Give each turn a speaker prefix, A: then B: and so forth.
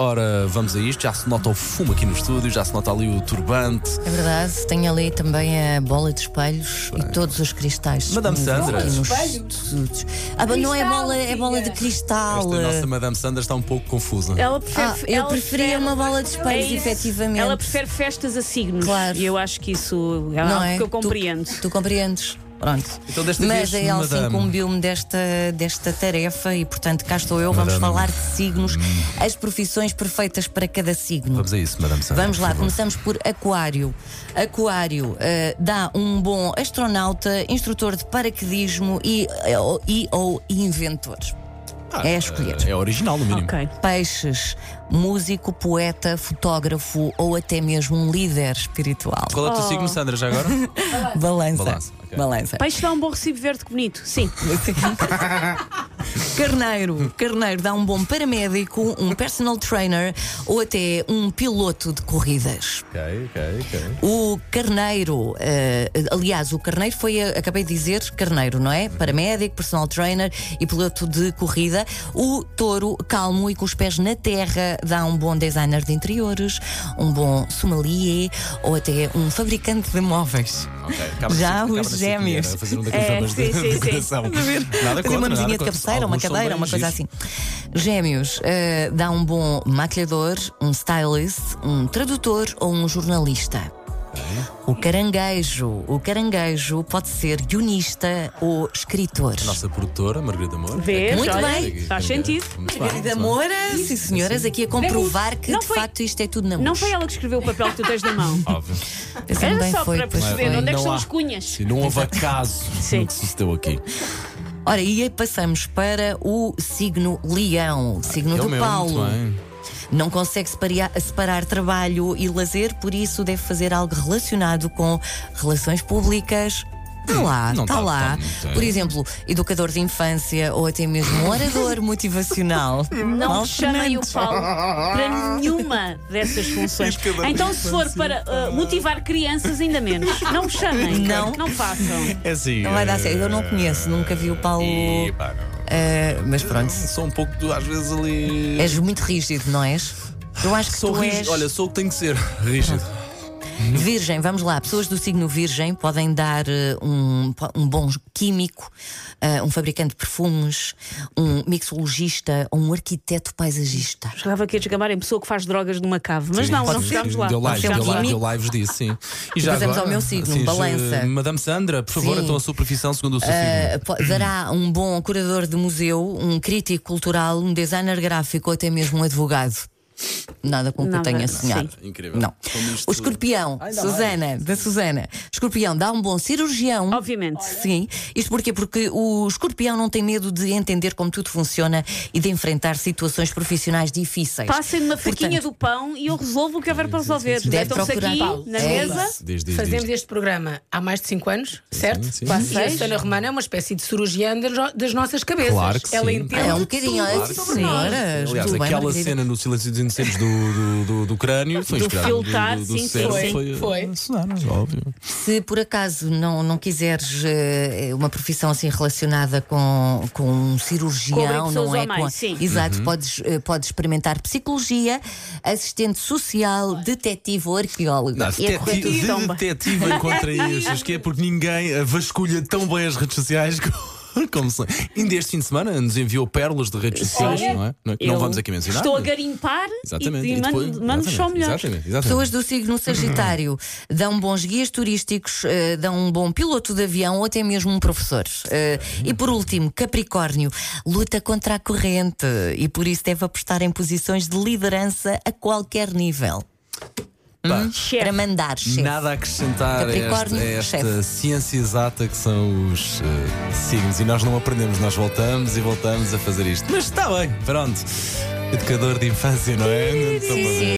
A: Ora, vamos a isto. Já se nota o fumo aqui no estúdio, já se nota ali o turbante.
B: É verdade, tenho ali também a bola de espelhos e todos os cristais.
A: Madame
B: disponíveis
A: Sandra.
B: aqui nos
C: Espelhos?
B: estúdios. Ah, mas não é
C: Cristal,
B: bola, é
C: filha.
B: bola de cristal. eh.
A: Esta é nossa Madame Sandra está um pouco confusa.
B: Ah,
D: Ela prefere,
B: eu
D: ela
B: preferia
D: prefere-
B: uma bola de espelhos,
D: É isso.
B: efetivamente.
D: Ela prefere festas a signos.
B: Claro.
D: E eu acho que isso é algo que eu
B: Tu-
D: compreendo.
B: Tu, compreendes. Pronto.
A: Então desta
B: Mas é
A: vez,
B: a Elsa
A: madame.
B: incumbiu-me desta, desta tarefa e, portanto, cá estou eu. Vamos
A: Madame. Hum.
B: falar de signos, as profissões perfeitas para cada signo.
A: Vamos a isso, Madame Sandra.
B: Vamos
A: por
B: lá,
A: favor.
B: começamos por Aquário. Aquário eh, dá um bom astronauta, instrutor de paraquedismo e, eh, ou- e ou inventor. é a escolher.
A: É original, no mínimo.
D: Ok.
B: Peixes, músico, poeta, fotógrafo ou até mesmo um líder espiritual.
A: Qual é o teu
D: Oh.
A: signo, Sandra, já agora?
B: Balança.
A: Balança, ok.
B: Balança.
D: Peixe dá um bom recibo verde que bonito. Sim.
B: Carneiro. Carneiro dá um bom paramédico, um personal trainer ou até um piloto de corridas.
A: ok, ok, ok.
B: O Carneiro, eh, aliás, o Carneiro foi, eh, acabei de dizer, Carneiro, não é? Paramédico, personal trainer e piloto de corrida. O touro, calmo e com os pés na terra, dá um bom designer de interiores, um bom sommelier ou até um fabricante de móveis.
A: Ok, acaba assim-
B: Já os
A: acaba assim que
B: gêmeos.
A: era Fazer um daqueles
D: É,
A: dramas de,
D: sim, sim,
A: de
D: sim.
A: decoração. Nada
B: Fazer
A: contra,
B: uma
A: nada
B: mesinha de
A: contra.
B: cabeceira, uma
A: Alguns são
B: cadeira,
A: bem
B: uma coisa
A: giros.
B: assim. Gêmeos, eh, dá um bom maquilhador, um stylist, um tradutor ou um jornalista.
A: Uhum.
B: O caranguejo. O caranguejo pode ser guionista ou escritor.
A: Nossa produtora, Margarida Moura.
D: Vês?
B: Muito
D: olha,
B: bem.
D: Faz sentido.
A: É Muito bem, muito
B: Margarida
A: bem.
B: Moura, sim senhoras, aqui a comprovar que
D: Não
B: de
D: foi-
B: facto isto é tudo na
D: Não foi ela que escreveu o papel que tu tens na mão.
A: Óbvio.
B: Pensei-me
D: Era
B: bem,
D: só
B: foi,
D: para
B: pois
D: perceber
B: foi.
D: onde é que
A: Não
D: são
A: há.
D: as cunhas.
A: Sim, não houve acaso no
D: Sim.
A: que sucedeu aqui. É
B: Ora, e aí passamos para o signo leão, o signo
A: É o
B: de
A: meu,
B: Paulo.
A: muito bem.
B: Não consegue separia- separar trabalho e lazer, por isso deve fazer algo relacionado com relações públicas. Está lá,
A: não
B: está
A: tá-
B: lá.
A: tá muito,
B: Por
A: é.
B: exemplo, educador de infância ou até mesmo um orador motivacional.
D: Não
B: Paulo
D: chamem o
B: Fernandes.
D: Paulo para nenhuma dessas funções. Então, se for para ah, motivar crianças, ainda menos. Não me chamem.
B: Não.
D: Não façam.
A: É assim.
B: Não vai dar certo. Eu não conheço, nunca vi o Paulo.
A: E, pá, não.
B: eh, mas pronto,
A: Sou um pouco, do- às vezes, ali.
B: és muito rígido, não és? Eu acho que
A: Sou
B: tu
A: rígido.
B: és.
A: Olha, sou o que tenho que ser. Rígido.
B: Virgem, vamos lá. Pessoas do signo Virgem podem dar eh, um, um bom químico, eh, um fabricante de perfumes, um mixologista ou um arquiteto paisagista.
D: Jogava aqui a desgamar em pessoa que faz drogas numa cave. Mas não,
A: Sim,
D: não
A: sim,
D: chegámos
A: sim.
D: lá.
A: Deu
D: Não
A: lives, deu
D: chegámos lá.
A: lives, deu lives disso, sim. E já
B: Passamos
A: agora,
B: ao meu signo,
A: assim,
B: balança.
A: Madame Sandra, por favor,
B: Sim.
A: então a sua profissão segundo o seu
B: Eh, po- dará um bom curador de museu, um crítico cultural, um designer gráfico ou até mesmo um advogado. Nada com o que eu
D: Nada,
B: tenha sonhado.
A: signo. Incrível.
B: Não.
A: Como isto-
B: O escorpião, Susana, da Susana. Escorpião dá um bom cirurgião.
D: Ah, Obviamente.
B: Sim, isto porquê? Porque o escorpião não tem medo de entender como tudo funciona e de enfrentar situações profissionais difíceis.
D: Passem-me uma faquinha do pão e eu resolvo o que houver para resolver.
B: Deve
D: Estão-se
B: procurar
D: aqui
B: Paulo.
D: na
B: É
D: mesa.
B: isso.
A: Diz, diz,
E: Fazemos
A: diz.
E: este programa há mais de 5 anos, certo?
A: sim.
E: E a Susana Romana é uma espécie de cirurgiã das, das nossas cabeças.
A: Claro que
E: Ela
A: sim.
E: entende.
B: É um bocadinho,
E: tudo
B: é,
E: sobre nós.
A: Aliás,
B: senhoras. tudo bem,
A: aquela
B: Margarida?
A: cena no Silêncio dos Inocentes do, do, do, do crânio foi
D: Do
A: inspirada
D: filtrar,
A: do, do,
D: sim, sim,
A: cérebro,
E: sim.
A: Foi,
E: Foi.
A: eh, Sonaras, óbvio.
B: Se por acaso não, não quiseres eh, uma profissão assim relacionada com, com um cirurgião,
D: pessoas
B: não é?
D: ou mais,
B: com a-
D: sim.
B: Exato,
A: Uhum.
B: podes, eh, podes experimentar psicologia, assistente social, detetive ou arqueólogo.
A: Não,
B: E é a correr tudo
A: detetive,
D: tão
A: de
D: bem.
A: detetive encontrei estes, que é porque ninguém eh, vasculha tão bem as redes sociais co- como se. Ainda este fim de semana nos enviou pérolas de redes sociais,
D: Olha,
A: não é? Não, é que
D: Eu
A: não vamos aqui mencionar.
D: Estou a
A: mas-
D: garimpar
A: Exatamente.
D: e, e mando-
A: depois-
D: mando só
A: exatamente,
D: melhores.
A: Exatamente, exatamente.
B: Pessoas do signo Sagitário dão bons guias turísticos, eh, dão um bom piloto de avião ou até mesmo um professor. Eh, e por último, Capricórnio luta contra a corrente e por isso deve apostar em posições de liderança a qualquer nível
A: Pá,
D: Chefe.
B: para mandar chefe.
A: Nada a acrescentar a esta,
B: Capricórnio,
A: a esta
B: chefe.
A: ciência exata que são os eh, signos. E nós não aprendemos, nós voltamos e voltamos a fazer isto. Mas está bem, pronto. Educador de infância, não é? Não estou a ver.